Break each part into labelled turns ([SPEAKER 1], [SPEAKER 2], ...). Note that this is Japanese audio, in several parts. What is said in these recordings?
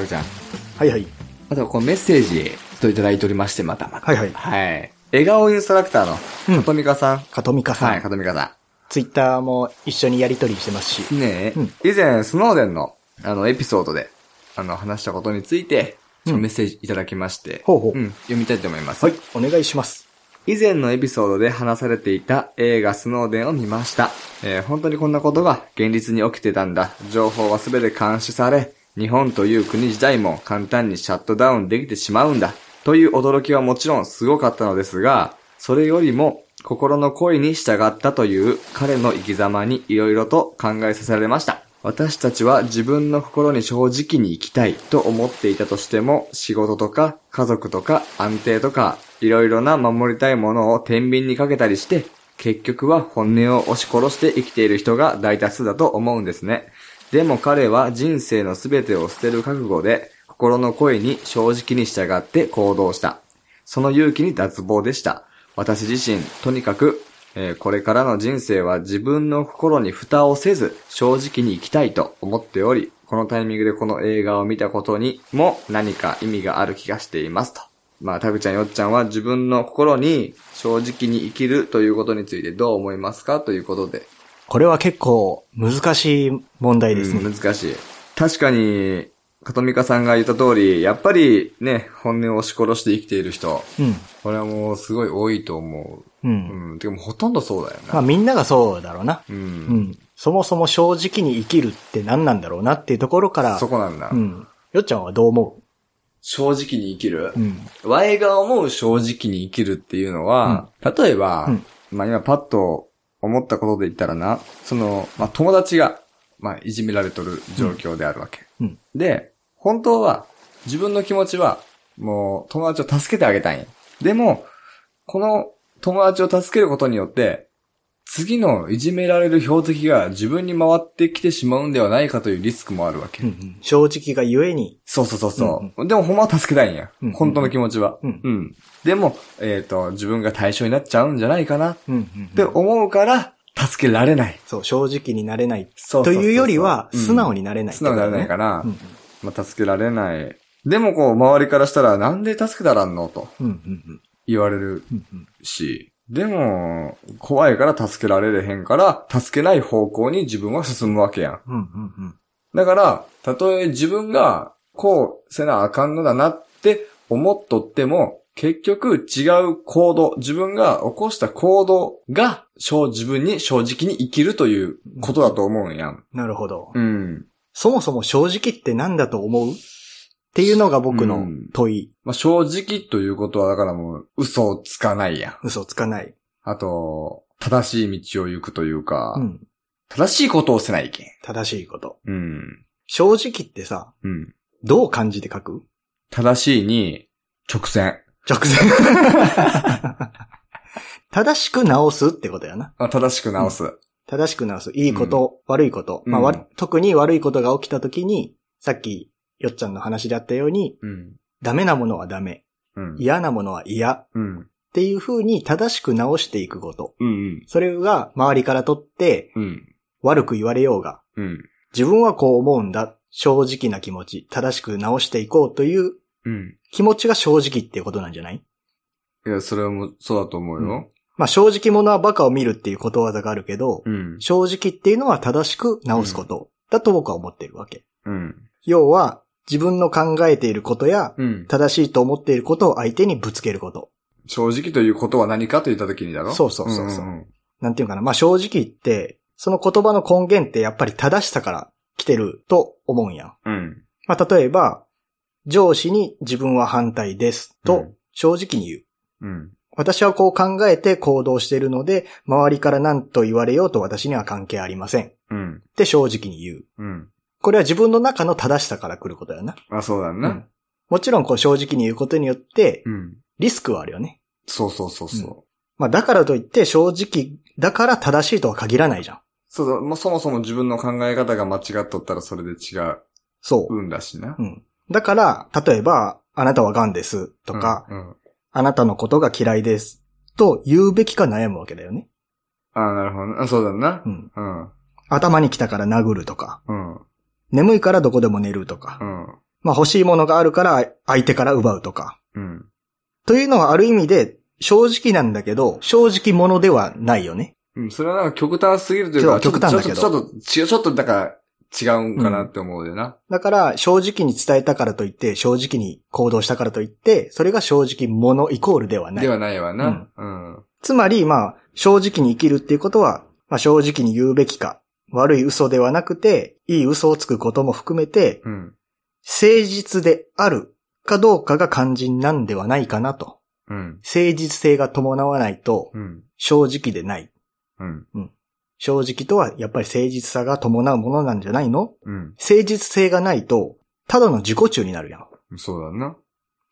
[SPEAKER 1] べちゃん。
[SPEAKER 2] はいはい。
[SPEAKER 1] あとはこのメッセージ、といただいておりまして、またまた。
[SPEAKER 2] はいはい
[SPEAKER 1] はい。笑顔インストラクターの、
[SPEAKER 2] うん
[SPEAKER 1] かとみかさん。
[SPEAKER 2] かとみかさん。
[SPEAKER 1] はい、かとみかさ
[SPEAKER 2] ツイッターも一緒にやりとりしてますし。
[SPEAKER 1] ん。ねえ、
[SPEAKER 2] うん
[SPEAKER 1] 以前、スノーデンの、あの、エピソードで、あの、話したことについて、ちょっとメッセージいただきまして、、
[SPEAKER 2] ほうほうん
[SPEAKER 1] 読みたいと思います。
[SPEAKER 2] はい、お願いします。
[SPEAKER 1] 以前のエピソードで話されていた映画スノーデンを見ました。えー本当にこんなことが現実に起きてたんだ。情報は全て監視され、日本という国自体も簡単にシャットダウンできてしまうんだ。という驚きはもちろんすごかったのですが、それよりも心の声に従ったという彼の生き様に色々と考えさせられました。私たちは自分の心に正直に生きたいと思っていたとしても、仕事とか家族とか安定とか、いろいろな守りたいものを天秤にかけたりして、結局は本音を押し殺して生きている人が大多数だと思うんですね。でも彼は人生の全てを捨てる覚悟で、心の声に正直に従って行動した。その勇気に脱帽でした。私自身、とにかく、えーこれからの人生は自分の心に蓋をせず、正直に生きたいと思っており、このタイミングでこの映画を見たことにも何か意味がある気がしていますと。まあ、タグちゃん、よっちゃんは自分の心に正直に生きるということについてどう思いますかということで。
[SPEAKER 2] これは結構難しい問題ですね。
[SPEAKER 1] うん難しい。確かに、かとみかさんが言った通り、やっぱりね、本音を押し殺して生きている人、
[SPEAKER 2] うん。
[SPEAKER 1] これはもうすごい多いと思う。
[SPEAKER 2] うん。
[SPEAKER 1] うん。てかもうほとんどそうだよ
[SPEAKER 2] まあ
[SPEAKER 1] な。
[SPEAKER 2] みんながそうだろうな。
[SPEAKER 1] う。
[SPEAKER 2] うんん。そもそも正直に生きるって何なんだろうなっていうところから、
[SPEAKER 1] そこなんだ
[SPEAKER 2] う。ん。よっちゃんはどう思
[SPEAKER 1] 正直に生きる
[SPEAKER 2] ううん。
[SPEAKER 1] ワイが思う正直に生きるっていうのは、例えば、
[SPEAKER 2] うん
[SPEAKER 1] まあ今パッと思ったことで言ったらな、その、まあ友達が、まあいじめられとる状況であるわけ。
[SPEAKER 2] うん。
[SPEAKER 1] で、本当は、自分の気持ちは、もう友達を助けてあげたいんよでも、この友達を助けることによって、次のいじめられる標的が自分に回ってきてしまうんではないかというリスクもあるわけ。
[SPEAKER 2] うんうん正直がゆえに、
[SPEAKER 1] そうそうそうそう、でもほんまは助けたいんや。
[SPEAKER 2] うんうん
[SPEAKER 1] 本当の気持ちは。
[SPEAKER 2] うん
[SPEAKER 1] でも、えっ、と、自分が対象になっちゃうんじゃないかなっ
[SPEAKER 2] うんうん
[SPEAKER 1] て思うから、助けられない。
[SPEAKER 2] そう、正直になれない。
[SPEAKER 1] そうそ
[SPEAKER 2] と
[SPEAKER 1] そそ
[SPEAKER 2] いうよりは、
[SPEAKER 1] うん
[SPEAKER 2] 素直になれない、。
[SPEAKER 1] 素直になれないからら、
[SPEAKER 2] うん
[SPEAKER 1] まあ、助けられない。でもこう、周りからしたら、なんで助けたらんのと
[SPEAKER 2] うんうん
[SPEAKER 1] 言われる
[SPEAKER 2] うんうん
[SPEAKER 1] し、でも、怖いから助けられれへんから、助けない方向に自分は進むわけやん。
[SPEAKER 2] うんうんうんうん
[SPEAKER 1] だから、たとえ自分がこうせなあかんのだなって思っとっても、結局違う行動、自分が起こした行動が、正自分に正直に生きるということだと思うんやん。
[SPEAKER 2] なるほど。
[SPEAKER 1] うん。
[SPEAKER 2] そもそも正直って何だと思うっていうのが僕
[SPEAKER 1] う
[SPEAKER 2] の
[SPEAKER 1] ん
[SPEAKER 2] 問い。
[SPEAKER 1] まあ、正直ということはだからもう嘘をつかないやん。
[SPEAKER 2] 嘘つかない。
[SPEAKER 1] あと、正しい道を行くというか、
[SPEAKER 2] うん。
[SPEAKER 1] 正しいことをせないけん。
[SPEAKER 2] 正しいこと。
[SPEAKER 1] うん。
[SPEAKER 2] 正直ってさ、
[SPEAKER 1] うん。
[SPEAKER 2] どう漢字で書く
[SPEAKER 1] 正しいに直線。
[SPEAKER 2] 直前。 正しく直すってことやな。
[SPEAKER 1] あ正しく直す。
[SPEAKER 2] 正しく直す。いいこと、悪いこと。まあ、
[SPEAKER 1] うん
[SPEAKER 2] わ特に悪いことが起きた時に、さっき、よっちゃんの話であったように、
[SPEAKER 1] うん。
[SPEAKER 2] ダメなものはダメ。
[SPEAKER 1] うん。
[SPEAKER 2] 嫌なものは嫌。っ
[SPEAKER 1] うん。
[SPEAKER 2] ていう風に正しく直していくこと。
[SPEAKER 1] うんうん。
[SPEAKER 2] それが周りからとって
[SPEAKER 1] うん。
[SPEAKER 2] 悪く言われようが、
[SPEAKER 1] うん。
[SPEAKER 2] 自分はこう思うんだ。正直な気持ち。正しく直していこうという
[SPEAKER 1] うん。
[SPEAKER 2] 気持ちが正直っていうことなんじゃない
[SPEAKER 1] いや、それも、そうだと思うよ。
[SPEAKER 2] まあ正直者はバカを見るっていうことわざがあるけど、
[SPEAKER 1] うん。
[SPEAKER 2] 正直っていうのは正しく直すことだと僕は思ってるわけ。
[SPEAKER 1] うん。
[SPEAKER 2] 要は、自分の考えていることや、
[SPEAKER 1] うん。
[SPEAKER 2] 正しいと思っていることを相手にぶつけること。
[SPEAKER 1] 正直ということは何かと言った時にだろ
[SPEAKER 2] そうそうそうそうん
[SPEAKER 1] ん
[SPEAKER 2] なんていうかな。まあ正直って、その言葉の根源ってやっぱり正しさから来てると思うんやん。
[SPEAKER 1] うん。
[SPEAKER 2] まあ例えば、上司に自分は反対です
[SPEAKER 1] う
[SPEAKER 2] と
[SPEAKER 1] ん
[SPEAKER 2] 正直に言う。
[SPEAKER 1] うん。
[SPEAKER 2] 私はこう考えて行動しているので、周りから何と言われようと私には関係ありません。っ
[SPEAKER 1] うん。
[SPEAKER 2] て正直に言う。
[SPEAKER 1] うん。
[SPEAKER 2] これは自分の中の正しさから来ることだよな。
[SPEAKER 1] あ、そうだ
[SPEAKER 2] うん
[SPEAKER 1] な。
[SPEAKER 2] もちろんこう正直に言うことによって
[SPEAKER 1] う、ん。
[SPEAKER 2] リスクはあるよね。
[SPEAKER 1] そうそうそうそう。
[SPEAKER 2] まあだからといって正直、だから正しいとは限らないじゃん。
[SPEAKER 1] そうそう、もうそもそも自分の考え方が間違っとったらそれで違う
[SPEAKER 2] そう。
[SPEAKER 1] 運だしな
[SPEAKER 2] う。ん。だから、例えば、あなたは癌ですとか、
[SPEAKER 1] うん。うん
[SPEAKER 2] あなたのことが嫌いですと言うべきか悩むわけだよね。
[SPEAKER 1] あなるほどな。あそうだな
[SPEAKER 2] う。ん。
[SPEAKER 1] うん。
[SPEAKER 2] 頭に来たから殴るとか、
[SPEAKER 1] うん。
[SPEAKER 2] 眠いからどこでも寝るとか
[SPEAKER 1] う、ん。
[SPEAKER 2] まあ欲しいものがあるから相手から奪うとか。
[SPEAKER 1] うん。
[SPEAKER 2] というのはある意味で正直なんだけど、正直者ではないよね。
[SPEAKER 1] うん、それはなんか極端すぎるというか、
[SPEAKER 2] ちょっと極端だけど
[SPEAKER 1] ちょっと、ちょっと、ちょっと、だから、違うんかなって思うよな。
[SPEAKER 2] だから正直に伝えたからといって、正直に行動したからといって、それが正直者イコールではない
[SPEAKER 1] で。はないわな。うん。
[SPEAKER 2] つまり、まあ、正直に生きるっていうことは、まあ正直に言うべきか、悪い嘘ではなくて、いい嘘をつくことも含めて、
[SPEAKER 1] うん。
[SPEAKER 2] 誠実であるかどうかが肝心なんではないかなと。
[SPEAKER 1] うん。
[SPEAKER 2] 誠実性が伴わないと、
[SPEAKER 1] うん。
[SPEAKER 2] 正直でない。
[SPEAKER 1] うん。
[SPEAKER 2] 正直とはやっぱり誠実さが伴うものなんじゃないの
[SPEAKER 1] うん。
[SPEAKER 2] 誠実性がないと、ただの自己中になるやん。
[SPEAKER 1] そうだな。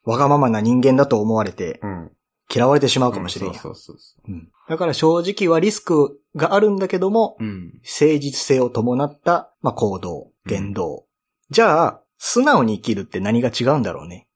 [SPEAKER 2] わがままな人間だと思われて、
[SPEAKER 1] うん。
[SPEAKER 2] 嫌われてしまうかもしれん
[SPEAKER 1] うん
[SPEAKER 2] やん。
[SPEAKER 1] そうそうそ
[SPEAKER 2] うんだから正直はリスクがあるんだけども、
[SPEAKER 1] う。うん。
[SPEAKER 2] 誠実性を伴った、まあ、行動、言動。じゃあ、素直に生きるって何が違うんだろうね。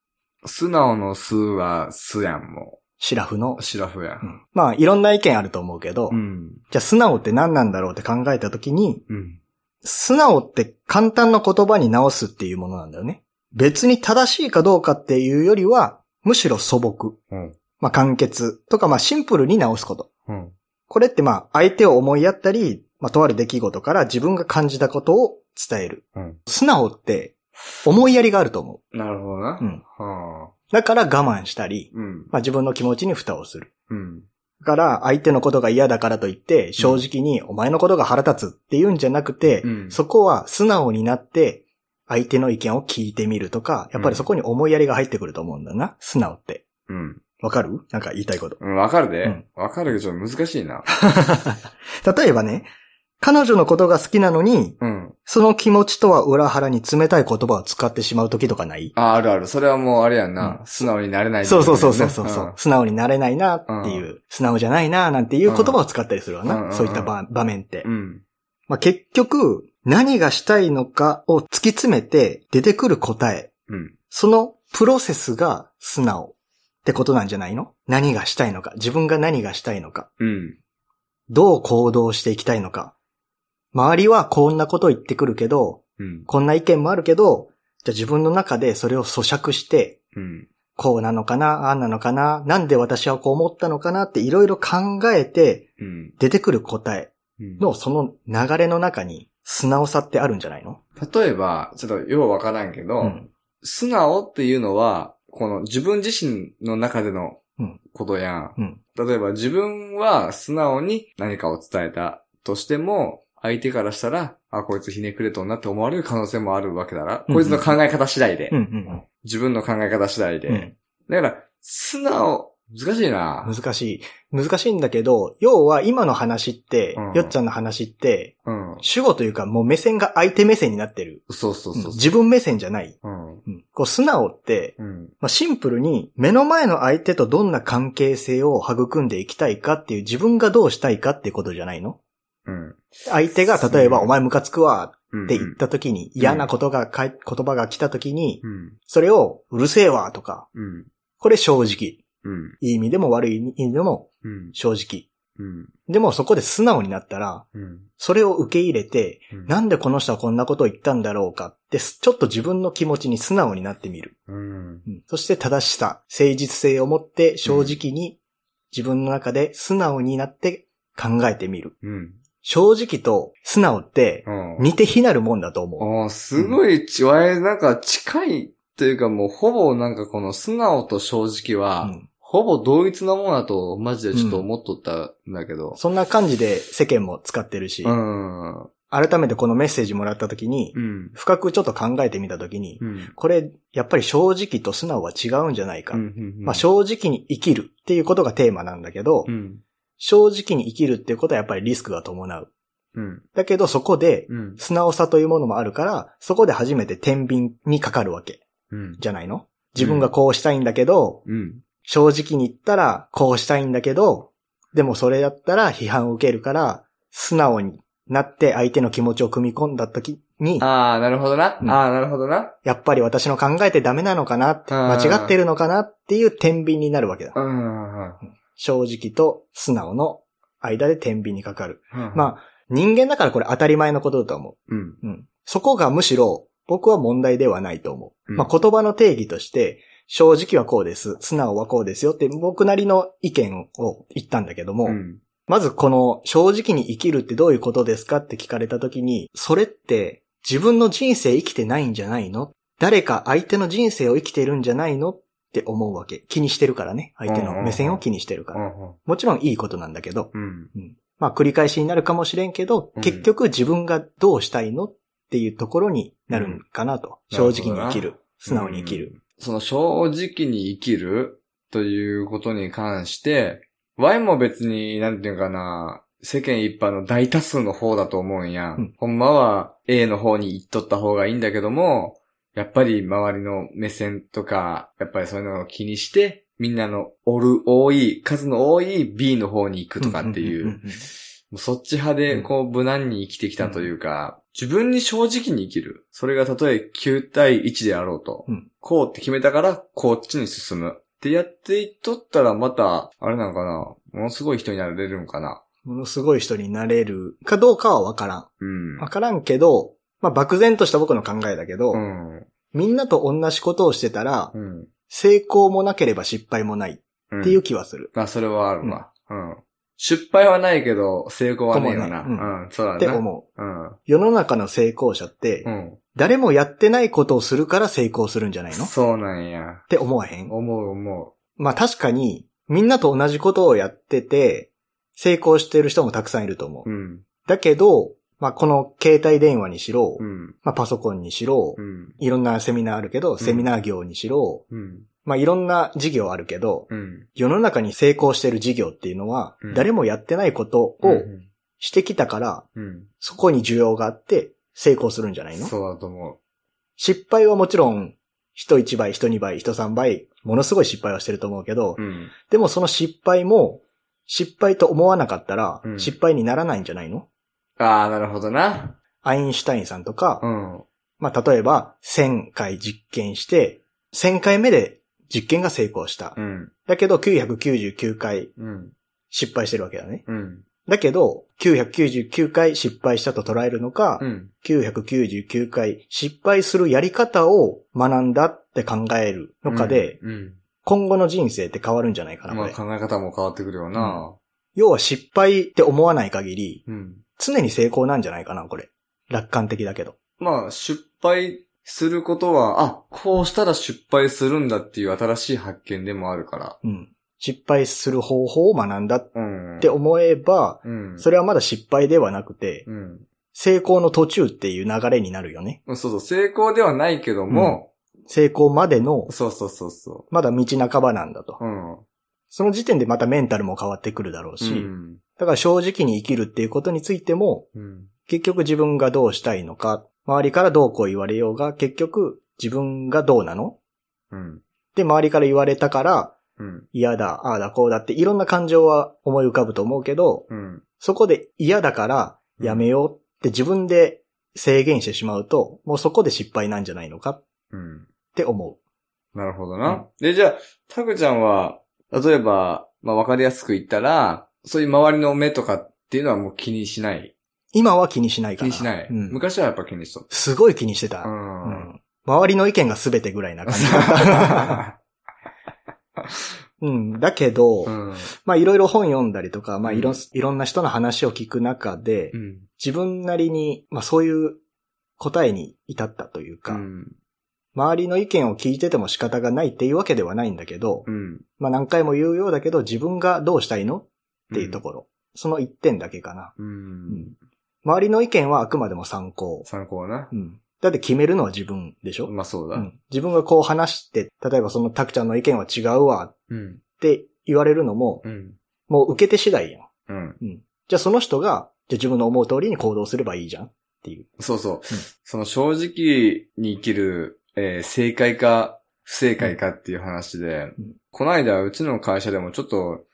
[SPEAKER 1] 素直の素は素やん、も
[SPEAKER 2] シラフの
[SPEAKER 1] う。。シラフや。
[SPEAKER 2] うんんまあ、いろんな意見あると思うけど、
[SPEAKER 1] うん。
[SPEAKER 2] じゃあ素直って何なんだろうって考えたときに、
[SPEAKER 1] うん。
[SPEAKER 2] 素直って簡単な言葉に直すっていうものなんだよね。別に正しいかどうかっていうよりは、むしろ素朴。
[SPEAKER 1] うん。
[SPEAKER 2] まあ、簡潔とか、まあ、シンプルに直すこと。
[SPEAKER 1] うん。
[SPEAKER 2] これってまあ、相手を思いやったり、まあ、とある出来事から自分が感じたことを伝える。
[SPEAKER 1] うん
[SPEAKER 2] 素直って、思いやりがあると思
[SPEAKER 1] なるほどな。
[SPEAKER 2] う。うん。
[SPEAKER 1] はあ。
[SPEAKER 2] だから我慢したり、
[SPEAKER 1] うん。
[SPEAKER 2] まあ、自分の気持ちに蓋をする。
[SPEAKER 1] うん。
[SPEAKER 2] だから、相手のことが嫌だからといって、正直にお前のことが腹立つっていうんじゃなくて、
[SPEAKER 1] うん
[SPEAKER 2] そこは素直になって、相手の意見を聞いてみるとか、やっぱりそこに思いやりが入ってくると思うんだな。素直って。
[SPEAKER 1] うん。
[SPEAKER 2] わかるなんか言いたい こと。
[SPEAKER 1] うん。わかる
[SPEAKER 2] う
[SPEAKER 1] で
[SPEAKER 2] ん。
[SPEAKER 1] わかるけど、ちょっと難しいな。
[SPEAKER 2] 例えばね、彼女のことが好きなのに、
[SPEAKER 1] うん。
[SPEAKER 2] その気持ちとは裏腹に冷たい言葉を使ってしまう時とかない
[SPEAKER 1] あ、あるある。それはもうあれやんな
[SPEAKER 2] う。ん
[SPEAKER 1] 素直になれないって
[SPEAKER 2] そ
[SPEAKER 1] こ
[SPEAKER 2] う
[SPEAKER 1] と
[SPEAKER 2] そう
[SPEAKER 1] だ
[SPEAKER 2] そ
[SPEAKER 1] よ
[SPEAKER 2] う
[SPEAKER 1] ね。
[SPEAKER 2] そうそうそう。素直になれないなっていう、素直じゃないななんていう言葉を使ったりするわな。
[SPEAKER 1] うんうんうん
[SPEAKER 2] そういった場場面って。
[SPEAKER 1] うん。
[SPEAKER 2] まあ、結局、何がしたいのかを突き詰めて出てくる答え、
[SPEAKER 1] うん。
[SPEAKER 2] そのプロセスが素直ってことなんじゃないの何がしたいのか、自分が何がしたいのか、
[SPEAKER 1] うん。
[SPEAKER 2] どう行動していきたいのか。周りはこんなこと言ってくるけど、
[SPEAKER 1] うん。
[SPEAKER 2] こんな意見もあるけど、じゃあ自分の中でそれを咀嚼して、
[SPEAKER 1] うん。
[SPEAKER 2] こうなのかな、ああなのかな、なんで私はこう思ったのかなっていろいろ考えて
[SPEAKER 1] うん。
[SPEAKER 2] 出てくる答え
[SPEAKER 1] うん
[SPEAKER 2] のその流れの中に素直さってあるんじゃないの
[SPEAKER 1] 例えば、ちょっとようわからんけど、
[SPEAKER 2] うん。
[SPEAKER 1] 素直っていうのは、この自分自身の中での
[SPEAKER 2] うん
[SPEAKER 1] ことやん。
[SPEAKER 2] うん
[SPEAKER 1] 例えば自分は素直に何かを伝えたとしても、相手からしたら、あ、こいつひねくれとんなって思われる可能性もあるわけだな。
[SPEAKER 2] うん
[SPEAKER 1] こいつの考え方次第で、
[SPEAKER 2] うんうん
[SPEAKER 1] 自分の考え方次第で。
[SPEAKER 2] うん。
[SPEAKER 1] だから、素直、難しいな。
[SPEAKER 2] うん難しい。難しいんだけど、要は今の話って、
[SPEAKER 1] うん
[SPEAKER 2] よっちゃんの話って、
[SPEAKER 1] うん。
[SPEAKER 2] 主語というかもう目線が相手目線になってる。
[SPEAKER 1] そうそうそうそ
[SPEAKER 2] 自分目線じゃない。
[SPEAKER 1] う。うん。
[SPEAKER 2] うんこう素直って、
[SPEAKER 1] うん。
[SPEAKER 2] まあ、シンプルに目の前の相手とどんな関係性を育んでいきたいかっていう自分がどうしたいかっていうことじゃないの
[SPEAKER 1] うん。
[SPEAKER 2] 相手が例えばお前ムカつくわ
[SPEAKER 1] うん
[SPEAKER 2] って言った時に嫌なことがかい言葉が来た時に
[SPEAKER 1] うん。
[SPEAKER 2] それをうるせえわとか
[SPEAKER 1] うん。
[SPEAKER 2] これ正直
[SPEAKER 1] うん。
[SPEAKER 2] いい意味でも悪い意味でも
[SPEAKER 1] うん。
[SPEAKER 2] 正直
[SPEAKER 1] うん。
[SPEAKER 2] でもそこで素直になったら
[SPEAKER 1] うん。
[SPEAKER 2] それを受け入れて
[SPEAKER 1] うん
[SPEAKER 2] なんでこの人はこんなことを言ったんだろうかってすちょっと自分の気持ちに素直になってみる
[SPEAKER 1] うん。
[SPEAKER 2] うんそして正しさ、誠実性を持って正直に自分の中で素直になって考えてみる。
[SPEAKER 1] うん。
[SPEAKER 2] 正直と素直って
[SPEAKER 1] うん。
[SPEAKER 2] 似て非なるもんだと思う。
[SPEAKER 1] ああ、すごいち、わい、なんか近いというかもうほぼなんかこの素直と正直は、
[SPEAKER 2] うん
[SPEAKER 1] ほぼ同一なものだとマジでちょっと思っとったんだけど。
[SPEAKER 2] そんな感じで世間も使ってるし
[SPEAKER 1] う、ん。うん。
[SPEAKER 2] 改めてこのメッセージもらった時に
[SPEAKER 1] う、ん。
[SPEAKER 2] 深くちょっと考えてみた時に
[SPEAKER 1] う、ん。
[SPEAKER 2] これやっぱり正直と素直は違うんじゃないか
[SPEAKER 1] う。ん
[SPEAKER 2] まあ正直に生きるっていうことがテーマなんだけど
[SPEAKER 1] う、ん。
[SPEAKER 2] 正直に生きるっていうことはやっぱりリスクが伴う。
[SPEAKER 1] うん。
[SPEAKER 2] だけどそこで
[SPEAKER 1] うん。
[SPEAKER 2] 素直さというものもあるから、そこで初めて天秤にかかるわけ
[SPEAKER 1] うん。
[SPEAKER 2] じゃないの自分がこうしたいんだけど、
[SPEAKER 1] うん。
[SPEAKER 2] 正直に言ったらこうしたいんだけど、でもそれだったら批判を受けるから、素直になって相手の気持ちを組み込んだ時に、
[SPEAKER 1] ああ、なるほどな。
[SPEAKER 2] うん
[SPEAKER 1] ああ、なるほどな。
[SPEAKER 2] やっぱり私の考えってダメなのかなって、
[SPEAKER 1] あー
[SPEAKER 2] 間違ってるのかなっていう天秤になるわけだ
[SPEAKER 1] う。ん。うん
[SPEAKER 2] 正直と素直の間で天秤にかかる。
[SPEAKER 1] うん
[SPEAKER 2] まあ、人間だからこれ当たり前のことだと思う。
[SPEAKER 1] うん。
[SPEAKER 2] うん。そこがむしろ僕は問題ではないと思う。
[SPEAKER 1] うん
[SPEAKER 2] まあ、言葉の定義として、正直はこうです、素直はこうですよって僕なりの意見を言ったんだけども、
[SPEAKER 1] うん。
[SPEAKER 2] まずこの正直に生きるってどういうことですかって聞かれた時に、それって自分の人生生きてないんじゃないの誰か相手の人生を生きてるんじゃないのって思うわけ。気にしてるからね。相手の目線を気にしてるか
[SPEAKER 1] う
[SPEAKER 2] ら。
[SPEAKER 1] んうん
[SPEAKER 2] もちろんいいことなんだけど、
[SPEAKER 1] うん。
[SPEAKER 2] まあ繰り返しになるかもしれんけど
[SPEAKER 1] う、ん
[SPEAKER 2] 結局自分がどうしたいのっていうところになるんかなと。
[SPEAKER 1] うん
[SPEAKER 2] 正直に生き
[SPEAKER 1] なる
[SPEAKER 2] る。素直に生きる。
[SPEAKER 1] うん。その正直に生きるということに関して、Y も別に、なんていうかな、世間一般の大多数の方だと思うんやん。
[SPEAKER 2] うん
[SPEAKER 1] ほんまは A の方に行っとった方がいいんだけども、やっぱり周りの目線とか、やっぱりそういうのを気にして、みんなのおる多い、数の多い B の方に行くとかってい
[SPEAKER 2] んんん
[SPEAKER 1] う、
[SPEAKER 2] ん
[SPEAKER 1] もうそっち派でこう無難に生きてきたというか、自分に正直に生きる。それがたとえ9対1であろうと。
[SPEAKER 2] うん
[SPEAKER 1] こうって決めたから、こっちに進む。ってやっていっとったらまた、あれなのかなものすごい人になれるんかな
[SPEAKER 2] ものすごい人になれるかどうかはわからん。
[SPEAKER 1] うん。
[SPEAKER 2] わからんけど、まあ、漠然とした僕の考えだけど、
[SPEAKER 1] うん。
[SPEAKER 2] みんなと同じことをしてたら、
[SPEAKER 1] うん。
[SPEAKER 2] 成功もなければ失敗もないっていう気はする。
[SPEAKER 1] まあ、それはあるわ。うん。失敗はないけど、成功はねえよな。
[SPEAKER 2] こもないう
[SPEAKER 1] うん、そうだな。
[SPEAKER 2] って思う。
[SPEAKER 1] うん。
[SPEAKER 2] 世の中の成功者って、
[SPEAKER 1] うん。
[SPEAKER 2] 誰もやってないことをするから成功するんじゃないのっ
[SPEAKER 1] そうなんや。
[SPEAKER 2] て思わへん
[SPEAKER 1] 思う思
[SPEAKER 2] まあ確かに、みんなと同じことをやってて、成功してる人もたくさんいると思う。
[SPEAKER 1] う。うん。
[SPEAKER 2] だけど、まあこの携帯電話にしろ、
[SPEAKER 1] うん。
[SPEAKER 2] まあパソコンにしろ、
[SPEAKER 1] うん。
[SPEAKER 2] いろんなセミナーあるけど、セミナー業にしろ、
[SPEAKER 1] うん。
[SPEAKER 2] まあいろんな事業あるけど、
[SPEAKER 1] うん。
[SPEAKER 2] 世の中に成功してる事業っていうのは
[SPEAKER 1] うん、
[SPEAKER 2] 誰もやってないことを
[SPEAKER 1] うん
[SPEAKER 2] してきたから、
[SPEAKER 1] うん。
[SPEAKER 2] そこに需要があって成功するんじゃないの
[SPEAKER 1] そうだと思う。
[SPEAKER 2] 失敗はもちろん、人1倍、人2倍、人3倍、ものすごい失敗はしてると思うけど、
[SPEAKER 1] うん。
[SPEAKER 2] でもその失敗も、失敗と思わなかったら
[SPEAKER 1] う、ん
[SPEAKER 2] 失敗にならないんじゃないの
[SPEAKER 1] ああ、なるほどな。
[SPEAKER 2] アインシュタインさんとか
[SPEAKER 1] う、ん。
[SPEAKER 2] まあ例えば、1000回実験して、1000回目で実験が成功した
[SPEAKER 1] う。ん。
[SPEAKER 2] だけど999回
[SPEAKER 1] うん。
[SPEAKER 2] 失敗してるわけだね。
[SPEAKER 1] うん。
[SPEAKER 2] だけど、999回失敗したと捉えるのか、
[SPEAKER 1] うん。
[SPEAKER 2] 999回失敗するやり方を学んだって考えるのかで、
[SPEAKER 1] うん。
[SPEAKER 2] 今後の人生って変わるんじゃないかな、こ
[SPEAKER 1] まあ
[SPEAKER 2] れ。
[SPEAKER 1] 考え方も変わってくるよな。
[SPEAKER 2] 要は失敗って思わない限り、
[SPEAKER 1] うん。
[SPEAKER 2] 常に成功なんじゃないかな、これ。楽観的だけど。
[SPEAKER 1] まあ、失敗することは、あ、こうしたら失敗するんだっていう新しい発見でもあるから。
[SPEAKER 2] うん。失敗する方法を学んだっ
[SPEAKER 1] うん。
[SPEAKER 2] て思えば、
[SPEAKER 1] うん。
[SPEAKER 2] それはまだ失敗ではなくて、
[SPEAKER 1] うん。
[SPEAKER 2] 成功の途中っていう流れになるよね。
[SPEAKER 1] そうそう、成功ではないけども、
[SPEAKER 2] 成功までの、
[SPEAKER 1] そうそうそうそ
[SPEAKER 2] まだ道半ばなんだと
[SPEAKER 1] う。。うん。
[SPEAKER 2] その時点でまたメンタルも変わってくるだろうし、
[SPEAKER 1] うん。
[SPEAKER 2] だから正直に生きるっていうことについても、
[SPEAKER 1] うん。
[SPEAKER 2] 結局自分がどうしたいのか、周りからどうこう言われようが、結局自分がどうなの
[SPEAKER 1] うん。
[SPEAKER 2] で、周りから言われたから、
[SPEAKER 1] うん。
[SPEAKER 2] 嫌だ、ああだ、こうだっていろんな感情は思い浮かぶと思うけど、
[SPEAKER 1] うん。
[SPEAKER 2] そこで嫌だからやめようって自分で制限してしまうと、もうそこで失敗なんじゃないのかっ
[SPEAKER 1] うん。
[SPEAKER 2] て思
[SPEAKER 1] なるほど
[SPEAKER 2] うん。
[SPEAKER 1] な。で、じゃあ、タグちゃんは、例えば、まあ、わかりやすく言ったら、そういう周りの目とかっていうのはもう気にしないう
[SPEAKER 2] 今は気にしないか
[SPEAKER 1] 気
[SPEAKER 2] な。
[SPEAKER 1] にしない、
[SPEAKER 2] うん。
[SPEAKER 1] 昔はやっぱ気にしとっ
[SPEAKER 2] すごい気にしてた。
[SPEAKER 1] た。う。
[SPEAKER 2] うんん周りの意見が全てぐらいな感じだ った。うん。だけど、
[SPEAKER 1] うん。
[SPEAKER 2] まあいろいろ本読んだりとか、まあいろ,、
[SPEAKER 1] うん
[SPEAKER 2] いろんな人の話を聞く中で、
[SPEAKER 1] うん。
[SPEAKER 2] 自分なりに、まあそういう答えに至ったという
[SPEAKER 1] う
[SPEAKER 2] か、
[SPEAKER 1] ん。
[SPEAKER 2] 周りの意見を聞いてても仕方がないっていうわけではないんだけど、
[SPEAKER 1] うん。
[SPEAKER 2] まあ何回も言うようだけど自分がどうしたいのっていうところ、その一点だけかな。
[SPEAKER 1] うん。
[SPEAKER 2] うん周りの意見はあくまでも参考。
[SPEAKER 1] 参考な
[SPEAKER 2] う。んだって決めるのは自分でしょ、
[SPEAKER 1] まあ、そうだ。
[SPEAKER 2] うん自分がこう話して、例えばそのタクちゃんの意見は違うわっ
[SPEAKER 1] うん。
[SPEAKER 2] て言われるのも、
[SPEAKER 1] うん。
[SPEAKER 2] もう受け手次第やん。
[SPEAKER 1] うん。
[SPEAKER 2] じゃあその人が、じゃあ自分の思う通りに行動すればいいじゃんっていう。
[SPEAKER 1] そうそう。その正直に生きる、えー正解か不正解かっていう話で、
[SPEAKER 2] うん
[SPEAKER 1] この間うちの会社でもちょっと、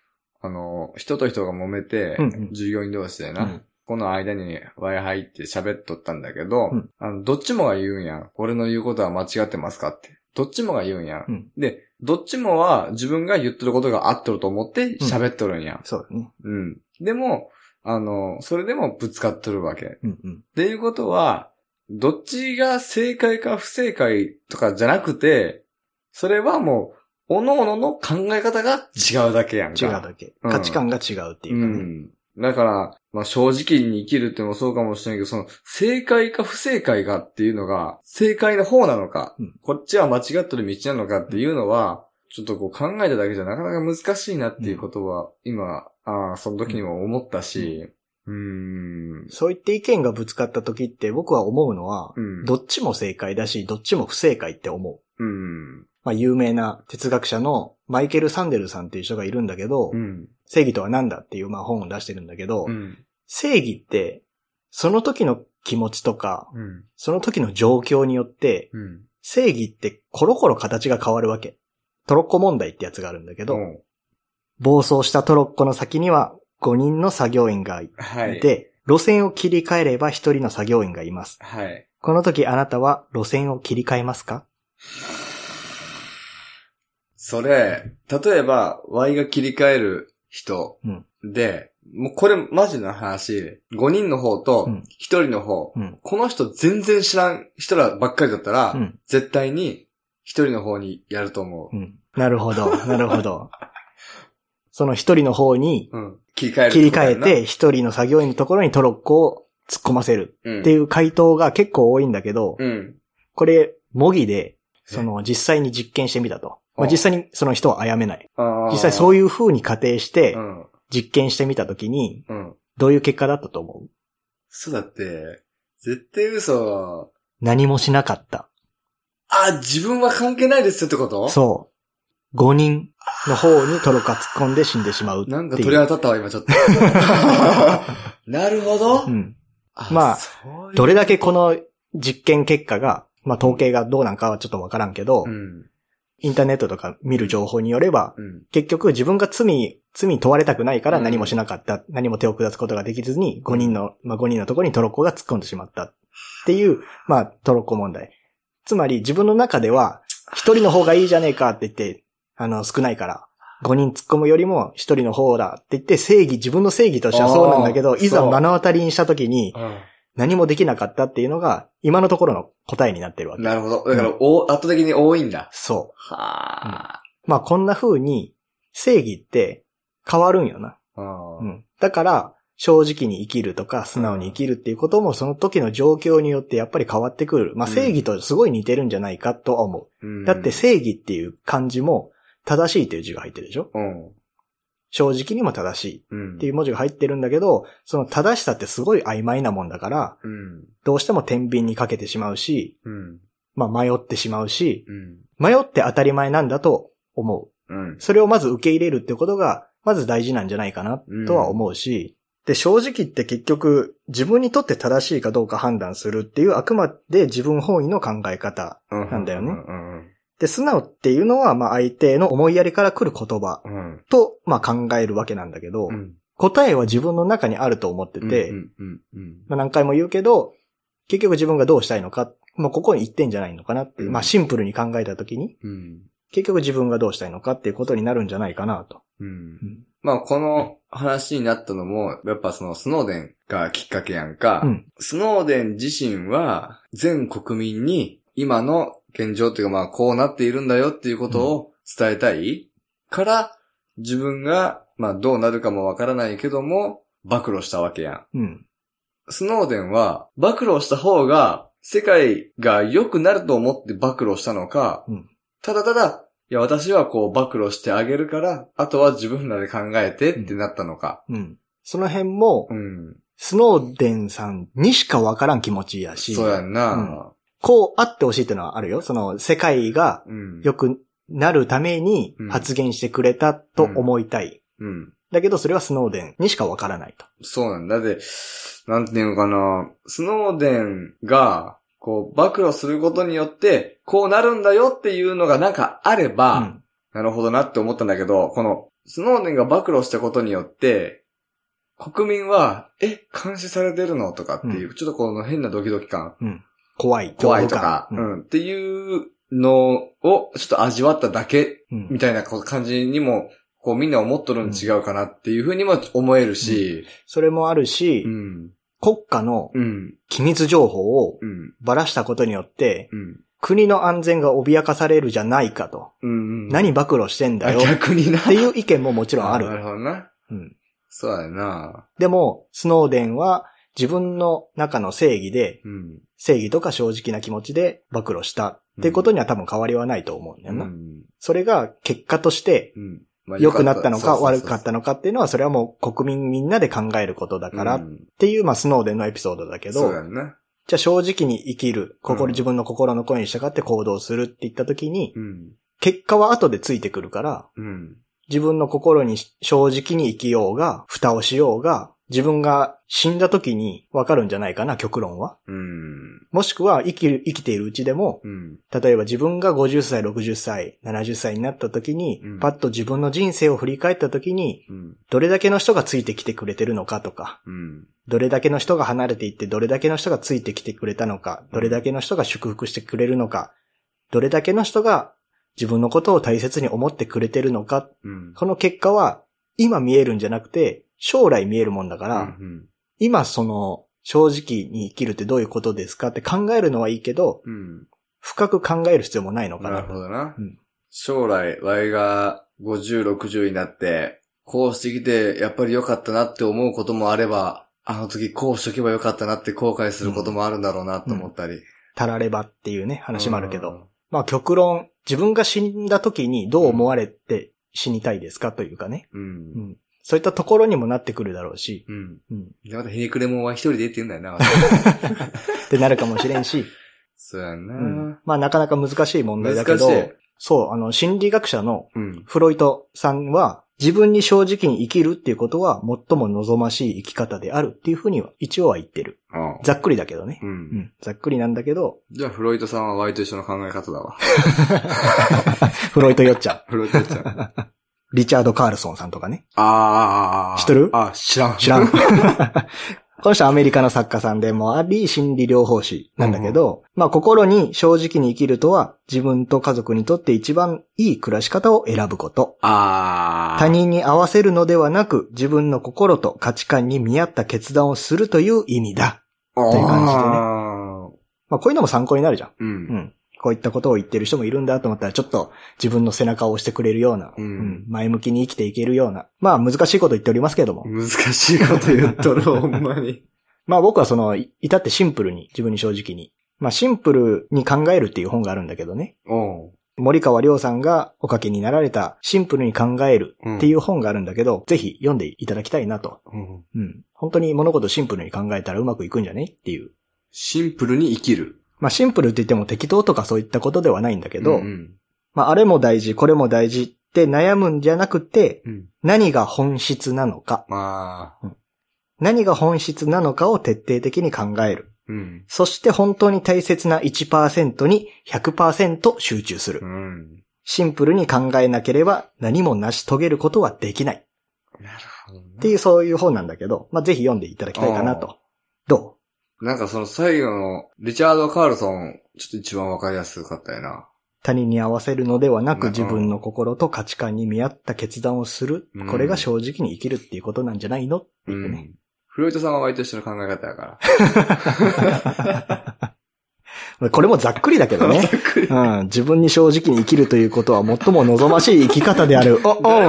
[SPEAKER 1] あの、人と人が揉めて、
[SPEAKER 2] うんうん
[SPEAKER 1] 従業員同士でな、
[SPEAKER 2] うん
[SPEAKER 1] この間にワイ入って喋っとったんだけど、
[SPEAKER 2] うん
[SPEAKER 1] あのどっちもが言うんやん。俺の言うことは間違ってますかって。どっちもが言うんやん。
[SPEAKER 2] うん
[SPEAKER 1] で、どっちもは自分が言ってることが合っとると思って喋っとるんや。
[SPEAKER 2] そうだね。
[SPEAKER 1] うん。でも、あの、それでもぶつかっとるわけ。
[SPEAKER 2] うんうん。
[SPEAKER 1] っていうことは、どっちが正解か不正解とかじゃなくて、それはもう、各々の考え方が違うだけやんか。
[SPEAKER 2] 違うだけ。
[SPEAKER 1] うん
[SPEAKER 2] 価値観が違うっていうか
[SPEAKER 1] う
[SPEAKER 2] ね。
[SPEAKER 1] ん。だから、まあ正直に生きるってのもそうかもしれないけど、その、正解か不正解かっていうのが、正解の方なのか、
[SPEAKER 2] うん
[SPEAKER 1] こっちは間違ってる道なのかっていうのは、ちょっとこう考えただけじゃなかなか難しいなっていうことは、今、ああ、その時にも思ったし、うーん。
[SPEAKER 2] そういって意見がぶつかった時って僕は思うのは、
[SPEAKER 1] うん。
[SPEAKER 2] どっちも正解だし、どっちも不正解って思う。
[SPEAKER 1] うん。
[SPEAKER 2] まあ、有名な哲学者のマイケル・サンデルさんっていう人がいるんだけど、
[SPEAKER 1] うん。
[SPEAKER 2] 正義とは何だっていうまあ本を出してるんだけど、
[SPEAKER 1] うん。
[SPEAKER 2] 正義って、その時の気持ちとか、
[SPEAKER 1] うん。
[SPEAKER 2] その時の状況によって、
[SPEAKER 1] うん。
[SPEAKER 2] 正義ってコロコロ形が変わるわけ。トロッコ問題ってやつがあるんだけど、
[SPEAKER 1] うん
[SPEAKER 2] 暴走したトロッコの先には5人の作業員がい
[SPEAKER 1] はい。
[SPEAKER 2] て、、路線を切り替えれば1人の作業員がいます。
[SPEAKER 1] はい。
[SPEAKER 2] この時あなたは路線を切り替えますか
[SPEAKER 1] それ、例えば、Y が切り替える人
[SPEAKER 2] うん
[SPEAKER 1] で、もうこれマジな話、5人の方と
[SPEAKER 2] うん
[SPEAKER 1] 1人の方、
[SPEAKER 2] うん。
[SPEAKER 1] この人全然知らん人らばっかりだったら、
[SPEAKER 2] うん。
[SPEAKER 1] 絶対に1人の方にやると思う
[SPEAKER 2] う。ん。なるほど、なるほ ど。その1人の方に
[SPEAKER 1] うん。切り替える
[SPEAKER 2] 切り
[SPEAKER 1] ことや
[SPEAKER 2] 替え
[SPEAKER 1] な
[SPEAKER 2] て、1人の作業員のところにトロッコを突っ込ませる
[SPEAKER 1] うん、
[SPEAKER 2] っていう回答が結構多いんだけど、
[SPEAKER 1] うん。
[SPEAKER 2] これ、模擬で、その実際に実験してみたと。まあ
[SPEAKER 1] あ
[SPEAKER 2] 実際にその人は殺めない。実際
[SPEAKER 1] う
[SPEAKER 2] そういう風に仮定して
[SPEAKER 1] う、ん。
[SPEAKER 2] 実験してみたときに、
[SPEAKER 1] うん。
[SPEAKER 2] どういう結果だったと思う
[SPEAKER 1] そうだって、絶対嘘。
[SPEAKER 2] 何もしなかった。
[SPEAKER 1] あ、自分は関係ないですよってこと
[SPEAKER 2] そう。5人の方にトロッコが突っ込んで死んでしまうっていう。
[SPEAKER 1] なんか鳥当たったわ、今ちょっと。 なるほど。
[SPEAKER 2] うん。まあ
[SPEAKER 1] そういう、
[SPEAKER 2] どれだけこの実験結果が、まあ統計がどうなんかはちょっとわからんけど、
[SPEAKER 1] うん。
[SPEAKER 2] インターネットとか見る情報によれば、
[SPEAKER 1] うん。
[SPEAKER 2] 結局自分が罪、罪に問われたくないから何もしなかった。何も手を下すことができずに、5人の、まあ5人のところにトロッコが突っ込んでしまった。っていう、まあトロッコ問題。つまり自分の中では、1人の方がいいじゃねえかって言って、あの、少ないから。5人突っ込むよりも1人の方だって言って正義、自分の正義としてはそうなんだけ
[SPEAKER 1] あ
[SPEAKER 2] ど、
[SPEAKER 1] ー
[SPEAKER 2] いざ
[SPEAKER 1] そう
[SPEAKER 2] 目の当たりにした時に何もできなかったっていうのが今のところの答えになってるわけ。
[SPEAKER 1] なるほど。だから、お圧倒的に多いんだ。
[SPEAKER 2] そう。
[SPEAKER 1] はあ。
[SPEAKER 2] まあこんな風に正義って変わるんよな。
[SPEAKER 1] う。
[SPEAKER 2] うんん。だから、正直に生きるとか、素直に生きるっていうことも、その時の状況によってやっぱり変わってくる。まあ
[SPEAKER 1] うん
[SPEAKER 2] 正義とすごい似てるんじゃないかとは思
[SPEAKER 1] うん
[SPEAKER 2] う。だって、正義っていう漢字も、正しいという字が入ってるでしょ
[SPEAKER 1] うん。
[SPEAKER 2] 正直にも正しいっ
[SPEAKER 1] うん。
[SPEAKER 2] ていう文字が入ってるんだけど、その正しさってすごい曖昧なもんだから、
[SPEAKER 1] うん。
[SPEAKER 2] どうしても天秤にかけてしまうし、
[SPEAKER 1] うん。
[SPEAKER 2] まあ迷ってしまうし、
[SPEAKER 1] うん。
[SPEAKER 2] 迷って当たり前なんだと思う。
[SPEAKER 1] うん。
[SPEAKER 2] それをまず受け入れるってことが、まず大事なんじゃないかな、とは思うし、で、正直って結局、自分にとって正しいかどうか判断するっていう、あくまで自分本位の考え方。
[SPEAKER 1] うん。
[SPEAKER 2] なんだよね
[SPEAKER 1] うん。うん
[SPEAKER 2] で、素直っていうのは、まあ、相手の思いやりから来る言葉
[SPEAKER 1] うん。
[SPEAKER 2] と、まあ、考えるわけなんだけど、
[SPEAKER 1] うん。
[SPEAKER 2] 答えは自分の中にあると思ってて、
[SPEAKER 1] うん。うん。うん。
[SPEAKER 2] まあ、何回も言うけど、結局自分がどうしたいのか、まあ、ここに一点じゃないのかなっていう、
[SPEAKER 1] うん
[SPEAKER 2] まあ、シンプルに考えたときに、
[SPEAKER 1] うん。
[SPEAKER 2] 結局自分がどうしたいのかっていうことになるんじゃないかなと。
[SPEAKER 1] うん
[SPEAKER 2] う。ん。
[SPEAKER 1] まあ、この話になったのも、やっぱそのスノーデンがきっかけやんか、
[SPEAKER 2] うん
[SPEAKER 1] スノーデン自身は全国民に今の現状っていうかまあこうなっているんだよっていうことを伝えたいから、自分がまあどうなるかもわからないけども、暴露したわけやん。
[SPEAKER 2] うん。
[SPEAKER 1] スノーデンは暴露した方が世界が良くなると思って暴露したのか、
[SPEAKER 2] うん
[SPEAKER 1] ただただ、いや私はこう暴露してあげるから、あとは自分らで考えてってなったのか。
[SPEAKER 2] うん。その辺も、
[SPEAKER 1] うん。
[SPEAKER 2] スノーデンさんにしかわからん気持ちやし、
[SPEAKER 1] そうやんな。
[SPEAKER 2] こうあってほしいっていうのはあるよ。その世界が
[SPEAKER 1] うん。
[SPEAKER 2] 良くなるために
[SPEAKER 1] うん
[SPEAKER 2] 発言してくれたと思いたい。
[SPEAKER 1] うん。
[SPEAKER 2] だけどそれはスノーデンにしかわからないと。
[SPEAKER 1] そうなんだ。で、なんていうのかな。スノーデンが、こう、暴露することによって、こうなるんだよっていうのがなんかあれば、
[SPEAKER 2] うん
[SPEAKER 1] なるほどなって思ったんだけど、この、スノーデンが暴露したことによって、国民は、え、監視されてるのとかっていう、ちょっとこの変なドキドキ感、
[SPEAKER 2] 怖い、
[SPEAKER 1] 怖いとか、
[SPEAKER 2] 恐
[SPEAKER 1] う
[SPEAKER 2] 怖
[SPEAKER 1] ん、っていうのを、ちょっと味わっただけ、
[SPEAKER 2] うんうん
[SPEAKER 1] みたいなこう感じにも、こうみんな思っとるん違うかなっていうふうにも思えるし、
[SPEAKER 2] それもあるし、
[SPEAKER 1] うん。
[SPEAKER 2] 国家の
[SPEAKER 1] うん。
[SPEAKER 2] 機密情報を
[SPEAKER 1] うん。
[SPEAKER 2] ばらしたことによって、
[SPEAKER 1] うん。
[SPEAKER 2] 国の安全が脅かされるじゃないかと。
[SPEAKER 1] うん。
[SPEAKER 2] 何暴露してんだ
[SPEAKER 1] あ
[SPEAKER 2] よ。っ
[SPEAKER 1] 逆にな。
[SPEAKER 2] ていう意見ももちろんあ
[SPEAKER 1] なる
[SPEAKER 2] る。
[SPEAKER 1] ほどな。
[SPEAKER 2] うん、
[SPEAKER 1] そうやな。
[SPEAKER 2] でも、スノーデンは自分の中の正義で、
[SPEAKER 1] うん。
[SPEAKER 2] 正義とか正直な気持ちで暴露したっていうことには多分変わりはないと思うんだ
[SPEAKER 1] う
[SPEAKER 2] よな。
[SPEAKER 1] ん。
[SPEAKER 2] それが結果として
[SPEAKER 1] うん。まあ
[SPEAKER 2] 良くなったのか悪かっ。
[SPEAKER 1] そうそうそう
[SPEAKER 2] たのかっていうのはそれはもう国民みんなで考えることだから
[SPEAKER 1] う
[SPEAKER 2] っ
[SPEAKER 1] ん
[SPEAKER 2] ていう、まあスノーデンのエピソードだけど、
[SPEAKER 1] そうやんな。
[SPEAKER 2] じゃあ正直に生きる、
[SPEAKER 1] うん
[SPEAKER 2] 心、自分の心の声に従って行動するって言った時に、
[SPEAKER 1] うん。
[SPEAKER 2] 結果は後でついてくるから、
[SPEAKER 1] うん。
[SPEAKER 2] 自分の心に正直に生きようが、蓋をしようが、自分が死んだ時にわかるんじゃないかな、極論は。
[SPEAKER 1] うん。
[SPEAKER 2] もしくは生きる、生きているうちでも、
[SPEAKER 1] うん。
[SPEAKER 2] 例えば自分が50歳、60歳、70歳になった時に、
[SPEAKER 1] うん
[SPEAKER 2] パッと自分の人生を振り返った時に、
[SPEAKER 1] うん。
[SPEAKER 2] どれだけの人がついてきてくれてるのかとか、
[SPEAKER 1] うん。
[SPEAKER 2] どれだけの人が離れていって、どれだけの人がついてきてくれたのか、どれだけの人が祝福してくれるのか、どれだけの人が自分のことを大切に思ってくれてるのか、
[SPEAKER 1] うん。
[SPEAKER 2] この結果は今見えるんじゃなくて、将来見えるもんだか
[SPEAKER 1] う
[SPEAKER 2] ら、
[SPEAKER 1] ん。
[SPEAKER 2] 今その正直に生きるってどういうことですかって考えるのはいいけど、
[SPEAKER 1] うん。
[SPEAKER 2] 深く考える必要もないのか
[SPEAKER 1] な
[SPEAKER 2] な
[SPEAKER 1] る。ほどな。
[SPEAKER 2] うん
[SPEAKER 1] 将来、ワイが50、60になって、こうしてきて、やっぱり良かったなって思うこともあれば、あの時こうしとけば良かったなって後悔することもあるんだろうなと思ったり。
[SPEAKER 2] たらればっていうね、話もあるけど。まあ極論、自分が死んだ時にどう思われて死にたいですかというかね。
[SPEAKER 1] うん。う。
[SPEAKER 2] うんん。そういったところにもなってくるだろうし、
[SPEAKER 1] うん。
[SPEAKER 2] うん。
[SPEAKER 1] でまたひねくれもんは一人で言ってんだよ な。
[SPEAKER 2] ってなるかもしれんし、
[SPEAKER 1] そうやんな。
[SPEAKER 2] うん。まあなかなか難しい問題だけど
[SPEAKER 1] 難しい、
[SPEAKER 2] そう、あの、心理学者の
[SPEAKER 1] うん。
[SPEAKER 2] フロイトさんは、自分に正直に生きるっていうことは最も望ましい生き方であるっていうふうには一応は言ってる。
[SPEAKER 1] ああ
[SPEAKER 2] ざっくりだけどね
[SPEAKER 1] う。。
[SPEAKER 2] うんん。ざっくりなんだけど、
[SPEAKER 1] じゃあ、フロイトさんはワイと一緒の考え方だ わ。
[SPEAKER 2] フロイトよっちゃ
[SPEAKER 1] フロイトちゃん。 あ
[SPEAKER 2] ん。 リチャード・カールソンさんとかね。
[SPEAKER 1] あ。
[SPEAKER 2] 知ってる
[SPEAKER 1] あ、知らん。
[SPEAKER 2] 知ら ん。この人アメリカの作家さんでもあり、心理療法士なんだけど、まあ心に正直に生きるとは、自分と家族にとって一番いい暮らし方を選ぶこと。
[SPEAKER 1] ああ。
[SPEAKER 2] 他。人に合わせるのではなく、自分の心と価値観に見合った決断をするという意味だ。
[SPEAKER 1] って
[SPEAKER 2] いう感じでね
[SPEAKER 1] 感
[SPEAKER 2] まあこういうのも参考になるじゃん。
[SPEAKER 1] じでね。う
[SPEAKER 2] う
[SPEAKER 1] ん。
[SPEAKER 2] ん。こういったことを言ってる人もいるんだと思ったら、ちょっと自分の背中を押してくれるような、
[SPEAKER 1] うん
[SPEAKER 2] 前向きに生きていけるような。まあ難しいこと言っておりますけども。
[SPEAKER 1] 難しいこと言っとる、ほんまに。
[SPEAKER 2] まあ僕はその、い至ってシンプルに、自分に正直に。まあシンプルに考えるっていう本があるんだけどね。
[SPEAKER 1] おう。
[SPEAKER 2] 森川亮さんがお書きになられたシンプルに考えるっていう本があるんだけど、ぜひ読んでいただきたいなと。
[SPEAKER 1] うん
[SPEAKER 2] うん。本当に物事シンプルに考えたらうまくいくんじゃねっていう。
[SPEAKER 1] シンプルに生きる。
[SPEAKER 2] まあシンプルって言っても適当とかそういったことではないんだけ
[SPEAKER 1] う
[SPEAKER 2] ど、
[SPEAKER 1] んうん
[SPEAKER 2] まああれも大事、これも大事って悩むんじゃなくて、
[SPEAKER 1] うん。
[SPEAKER 2] 何が本質なのか、
[SPEAKER 1] まあ、
[SPEAKER 2] 何が本質なのかを徹底的に考える。
[SPEAKER 1] うん。
[SPEAKER 2] そして本当に大切な1%に100%集中す
[SPEAKER 1] う
[SPEAKER 2] る。
[SPEAKER 1] ん。
[SPEAKER 2] シンプルに考えなければ何も成し遂げることはできない。っ
[SPEAKER 1] なるほどね
[SPEAKER 2] ていうそういう本なんだけど、まあ、ぜひ読んでいただきたいかなと。ど
[SPEAKER 1] なんかその最後の、リチャード・カールソン、ちょっと一番わかりやすかったよな。
[SPEAKER 2] う他人に合わせるのではなく
[SPEAKER 1] うん
[SPEAKER 2] 自分の心と価値観に見合った決断をする
[SPEAKER 1] うん。
[SPEAKER 2] これが正直に生きるっていうことなんじゃないのって
[SPEAKER 1] う
[SPEAKER 2] 言ってね。
[SPEAKER 1] ん。フロイトさんは割と一緒の考え方や から。
[SPEAKER 2] これもざっくりだけどね
[SPEAKER 1] ざ。っくり。
[SPEAKER 2] うん、自分に正直に生きるということは最も望ましい生き方 である。お、おん
[SPEAKER 1] 誰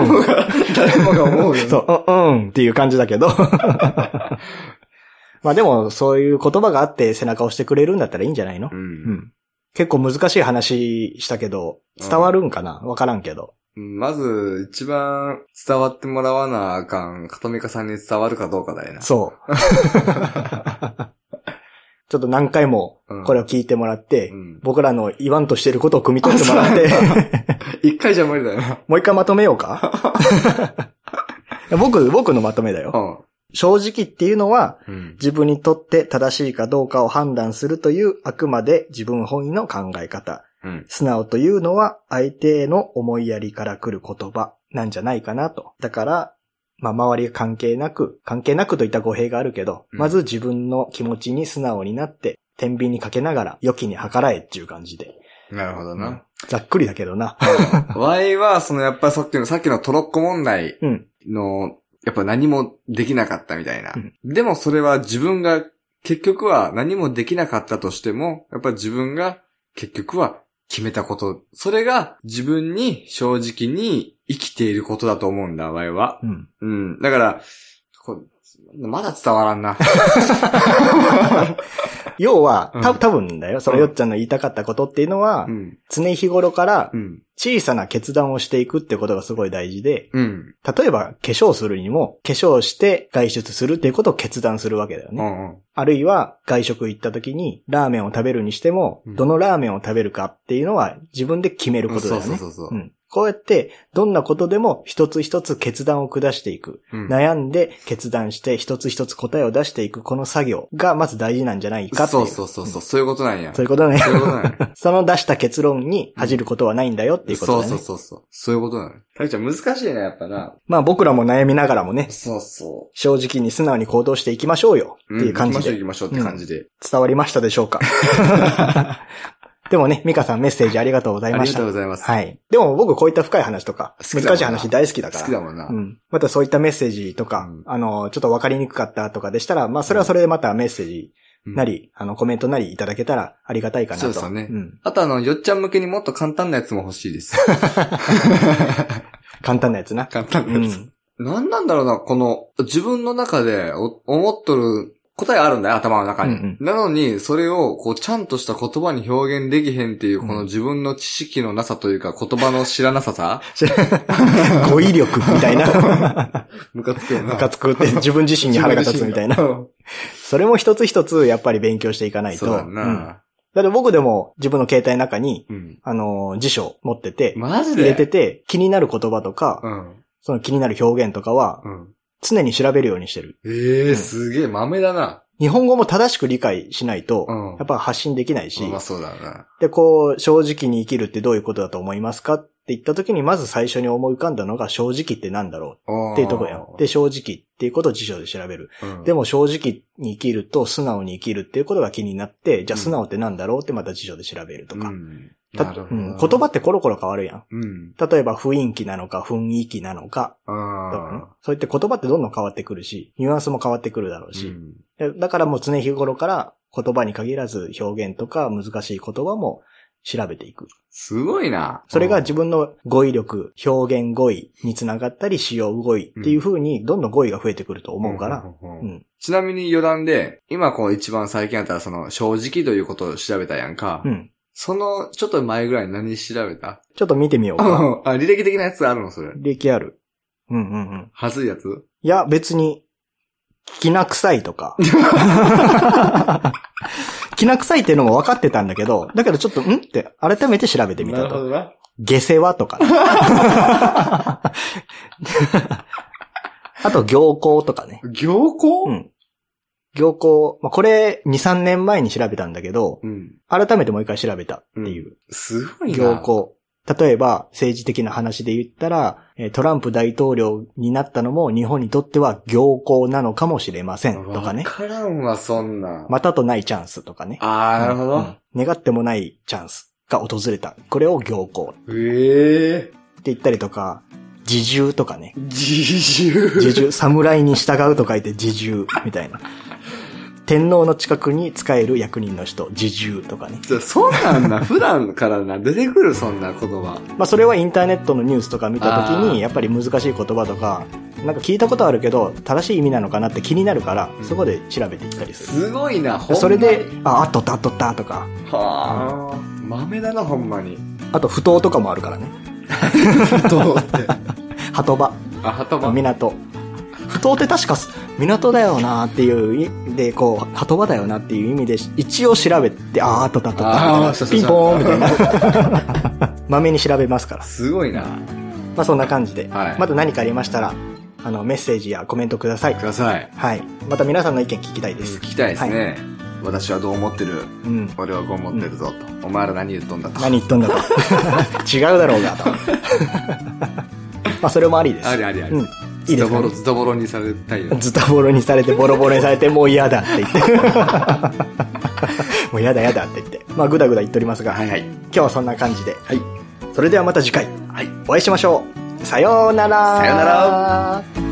[SPEAKER 1] もが思うよね。
[SPEAKER 2] そう、うん、うんっていう感じだけど。 まあでも、そういう言葉があって背中を押してくれるんだったらいいんじゃないの
[SPEAKER 1] う、
[SPEAKER 2] うん、
[SPEAKER 1] ん。
[SPEAKER 2] 結構難しい話したけど、伝わるんかなわからんけど。
[SPEAKER 1] まず、一番伝わってもらわなあかん、カトミカさんに伝わるかどうかだよな。
[SPEAKER 2] そう。ちょっと何回も
[SPEAKER 1] うん
[SPEAKER 2] これを聞いてもらって、
[SPEAKER 1] うん
[SPEAKER 2] 僕らの言わんとしてることを汲み取ってもらって
[SPEAKER 1] あ、そうなんだ一回じゃ無理だよな。
[SPEAKER 2] もう一回まとめようか 僕、僕のまとめだ
[SPEAKER 1] う
[SPEAKER 2] よ。正直っていうのは、
[SPEAKER 1] ん。
[SPEAKER 2] 自分にとって正しいかどうかを判断するというあくまで自分本位の考え方。
[SPEAKER 1] うん。
[SPEAKER 2] 素直というのは相手への思いやりから来る言葉なんじゃないかなと。だから、まあ周りが関係なく、関係なくといった語弊があるけど、
[SPEAKER 1] うん
[SPEAKER 2] まず自分の気持ちに素直になって、天秤にかけながら良きに計らえっていう感じで。
[SPEAKER 1] なるほどな。
[SPEAKER 2] ざっくりだけどな。
[SPEAKER 1] ワイは、そのやっぱりさっきの、さっきのトロッコ問題
[SPEAKER 2] うん。
[SPEAKER 1] のやっぱ何もできなかったみたいな。
[SPEAKER 2] うん
[SPEAKER 1] でもそれは自分が、結局は何もできなかったとしても、やっぱ自分が結局は決めたこと。それが自分に正直に生きていることだと思うんだ、我々は。
[SPEAKER 2] うん。
[SPEAKER 1] うん。だから、こまだ伝わらん な。
[SPEAKER 2] 要は、
[SPEAKER 1] う
[SPEAKER 2] た
[SPEAKER 1] ん
[SPEAKER 2] 多分だよ。そのよっちゃんの言いたかったことっていうのは、
[SPEAKER 1] うん。
[SPEAKER 2] 常日頃から
[SPEAKER 1] うん。
[SPEAKER 2] 小さな決断をしていくってことがすごい大事で、
[SPEAKER 1] うん。
[SPEAKER 2] 例えば化粧するにも、化粧して外出するっていうことを決断するわけだよ
[SPEAKER 1] う
[SPEAKER 2] ね。
[SPEAKER 1] ん。
[SPEAKER 2] あるいは外食行った時にラーメンを食べるにしても、
[SPEAKER 1] うん
[SPEAKER 2] どのラーメンを食べるかっていうのは自分で決める
[SPEAKER 1] う
[SPEAKER 2] こ
[SPEAKER 1] ん。
[SPEAKER 2] とだ
[SPEAKER 1] そう
[SPEAKER 2] よ
[SPEAKER 1] そう
[SPEAKER 2] ね
[SPEAKER 1] そ。うそう
[SPEAKER 2] う。んこうやって、どんなことでも一つ一つ決断を下していく。
[SPEAKER 1] うん
[SPEAKER 2] 悩んで決断して一つ一つ答えを出していくこの作業がまず大事なんじゃないかってい。
[SPEAKER 1] そううそうそうそう。
[SPEAKER 2] ん
[SPEAKER 1] そういうことなんや。
[SPEAKER 2] そ
[SPEAKER 1] そう
[SPEAKER 2] いううこと ね。
[SPEAKER 1] いうことなんや。
[SPEAKER 2] その出した結論に恥じることはないんだよっていうことだ
[SPEAKER 1] そ
[SPEAKER 2] ね。
[SPEAKER 1] うそうそうそう。そういうことなの。たけちゃん難しいね、やっぱな。
[SPEAKER 2] まあ僕らも悩みながらもね、
[SPEAKER 1] そうそ
[SPEAKER 2] 正直に素直に行動していきましょうよ
[SPEAKER 1] う。
[SPEAKER 2] っていう感じで
[SPEAKER 1] 行きましょう行きましょうって感じで。
[SPEAKER 2] 伝わりましたで しょうか。でもね、ミカさんメッセージありがとうござい
[SPEAKER 1] あ
[SPEAKER 2] ま
[SPEAKER 1] り
[SPEAKER 2] し
[SPEAKER 1] が
[SPEAKER 2] た
[SPEAKER 1] とう。ございます。
[SPEAKER 2] はい。でも僕こういった深い話とか、
[SPEAKER 1] 好きだもんな
[SPEAKER 2] 難しい話大好きだから。
[SPEAKER 1] 好きだもんな
[SPEAKER 2] う。ん。またそういったメッセージとか、
[SPEAKER 1] うん
[SPEAKER 2] あの、ちょっと分かりにくかったとかでしたら、まあそれはそれでまたメッセージ
[SPEAKER 1] うん
[SPEAKER 2] なり、あの、コメントなりいただけたらありがたいかなと。
[SPEAKER 1] そうですよね
[SPEAKER 2] ん。
[SPEAKER 1] あとあの、よっちゃん向けにもっと簡単なやつも欲しいです。
[SPEAKER 2] 簡単なやつな。
[SPEAKER 1] 簡単
[SPEAKER 2] う
[SPEAKER 1] なやつ。
[SPEAKER 2] ん。
[SPEAKER 1] なんなんだろうな、この、自分の中でお思っとる答えあるんだよ、頭の中に。
[SPEAKER 2] うん
[SPEAKER 1] なのに、それを、こう、ちゃんとした言葉に表現できへんっていう、
[SPEAKER 2] うん
[SPEAKER 1] この自分の知識のなさというか、言葉の知らなさ さ
[SPEAKER 2] 語彙力みた いな。
[SPEAKER 1] ムカつくよな。
[SPEAKER 2] ムカつくって自分自身に腹が立つみたいな
[SPEAKER 1] 自。分
[SPEAKER 2] それも一つ一つやっぱり勉強していかな
[SPEAKER 1] 自身が。
[SPEAKER 2] いと。
[SPEAKER 1] そうだ
[SPEAKER 2] うん
[SPEAKER 1] な。
[SPEAKER 2] だって僕でも自分の携帯の中に、
[SPEAKER 1] うん。
[SPEAKER 2] あの、辞書持ってて、
[SPEAKER 1] マジ
[SPEAKER 2] 入
[SPEAKER 1] で
[SPEAKER 2] れてて、気になる言葉と
[SPEAKER 1] う
[SPEAKER 2] か、
[SPEAKER 1] ん。
[SPEAKER 2] その気になる表現とかは、
[SPEAKER 1] うん。
[SPEAKER 2] 常に調べるようにしてる。
[SPEAKER 1] ええ
[SPEAKER 2] う
[SPEAKER 1] ー、
[SPEAKER 2] ん
[SPEAKER 1] すげえ、豆だな。
[SPEAKER 2] 日本語も正しく理解しないと
[SPEAKER 1] うん、
[SPEAKER 2] やっぱ発信できないし、
[SPEAKER 1] まあそうだな。
[SPEAKER 2] で、こう、正直に生きるってどういうことだと思いますかって言った時に、まず最初に思い浮かんだのが、正直ってなんだろうっていうところやん。で、正直っていうことを辞書で調べる。
[SPEAKER 1] うん、
[SPEAKER 2] でも、正直に生きると、素直に生きるっていうことが気になって、じゃ
[SPEAKER 1] う
[SPEAKER 2] あ
[SPEAKER 1] ん
[SPEAKER 2] 素直ってなんだろうってまた辞書で調べるとか。
[SPEAKER 1] うん
[SPEAKER 2] た
[SPEAKER 1] なる
[SPEAKER 2] う
[SPEAKER 1] ほど
[SPEAKER 2] ん、言葉ってコロコロ変わるやん。
[SPEAKER 1] うん。
[SPEAKER 2] 例えば、雰囲気なのか、雰囲気なのか、とかね
[SPEAKER 1] ああ。
[SPEAKER 2] そういって言葉ってどんどん変わってくるし、ニュアンスも変わってくるだろうし、
[SPEAKER 1] うん
[SPEAKER 2] でだからもう常日頃から言葉に限らず表現とか難しい言葉も調べていく。
[SPEAKER 1] すごいな。
[SPEAKER 2] それが自分の語彙力、表現語彙につながったり使用語彙っていう風にどんどん語彙が増えてくると思うから、
[SPEAKER 1] んんん
[SPEAKER 2] うん
[SPEAKER 1] んちなみに余談で、今こう一番最近あったらその正直ということを調べたやんか。
[SPEAKER 2] うん。
[SPEAKER 1] そのちょっと前ぐらいに何調べた
[SPEAKER 2] ちょっと見てみようか。
[SPEAKER 1] あ、履歴的なやつあるのそれ。
[SPEAKER 2] 歴ある。うんうんうん。
[SPEAKER 1] はずいやつ
[SPEAKER 2] いや、別に、きな臭いと か。きな臭いっていうのも分かってたんだけど、だけどちょっと、んって改めて調べてみたと。
[SPEAKER 1] な。
[SPEAKER 2] 下世話 とか。あと、行行とかね。
[SPEAKER 1] 行行
[SPEAKER 2] うん。行行、まあ、これ、2、3年前に調べたんだけど、
[SPEAKER 1] うん。
[SPEAKER 2] 改めてもう一回調べたっていう。
[SPEAKER 1] すごいな。
[SPEAKER 2] 行行。例えば、政治的な話で言ったら、えートランプ大統領になったのも日本にとっては行行なのかもしれませんとかね
[SPEAKER 1] わ。からんわ、そんな。
[SPEAKER 2] またとないチャンスとかね。
[SPEAKER 1] あー、なるほど。
[SPEAKER 2] うん願ってもないチャンスが訪れた。これを行行って
[SPEAKER 1] ええ
[SPEAKER 2] 言ったりとか、自重とかね。
[SPEAKER 1] ー。自重。
[SPEAKER 2] 自重、侍に従うと書いて自重みたいな。天皇の近くに仕える役人の人、自重とかね。
[SPEAKER 1] じゃあそんなんな、 普段からな、出てくる、そんな言葉。
[SPEAKER 2] まあそれはインターネットのニュースとか見た時
[SPEAKER 1] あー
[SPEAKER 2] に、やっぱり難しい言葉とか、なんか聞いたことあるけど、正しい意味なのかなって気になるから
[SPEAKER 1] う、ん
[SPEAKER 2] そこで調べていったりする。
[SPEAKER 1] すごいな、ほんまに
[SPEAKER 2] それで、あ、あっとったあっとったとか、
[SPEAKER 1] はあ。豆だな、ほんまに。
[SPEAKER 2] あと不当とかもあるからね。
[SPEAKER 1] どうって。
[SPEAKER 2] 鳩場。
[SPEAKER 1] あ、鳩場。
[SPEAKER 2] 港。不当って確かす港だよなっていうい、で、こう、鳩場だよなっていう意味で、一応調べて、あーあったあったあった
[SPEAKER 1] あー
[SPEAKER 2] みたいな
[SPEAKER 1] そうそうそう
[SPEAKER 2] ピンポーンみたいな。まめに調べますから。
[SPEAKER 1] すごいな。
[SPEAKER 2] まあそんな感じで、
[SPEAKER 1] はい
[SPEAKER 2] また何かありましたら、あの、メッセージやコメントください
[SPEAKER 1] く。ださい。
[SPEAKER 2] はい。また皆さんの意見聞きたいで
[SPEAKER 1] 聞
[SPEAKER 2] す。
[SPEAKER 1] きたいですね。私はどう思ってる
[SPEAKER 2] うん。
[SPEAKER 1] 俺はこう思ってるぞと。お前ら何言っとんだと。
[SPEAKER 2] 何言っとんだと。違うだろうがと。 まあそれもありです。
[SPEAKER 1] ありありあり
[SPEAKER 2] うん。いいです
[SPEAKER 1] ボ
[SPEAKER 2] か、
[SPEAKER 1] ロ、
[SPEAKER 2] ね
[SPEAKER 1] ズタボロにされたいよ。
[SPEAKER 2] ズタボロにされてボロボロにされてもう嫌だって 言って。もう嫌だ嫌だって言って。まあぐだぐだ言っておりますが、
[SPEAKER 1] はいはい。
[SPEAKER 2] 今日はそんな感じで。
[SPEAKER 1] はい。
[SPEAKER 2] それではまた次回
[SPEAKER 1] はい。
[SPEAKER 2] お会いしましょう。さようなら。
[SPEAKER 1] さようなら。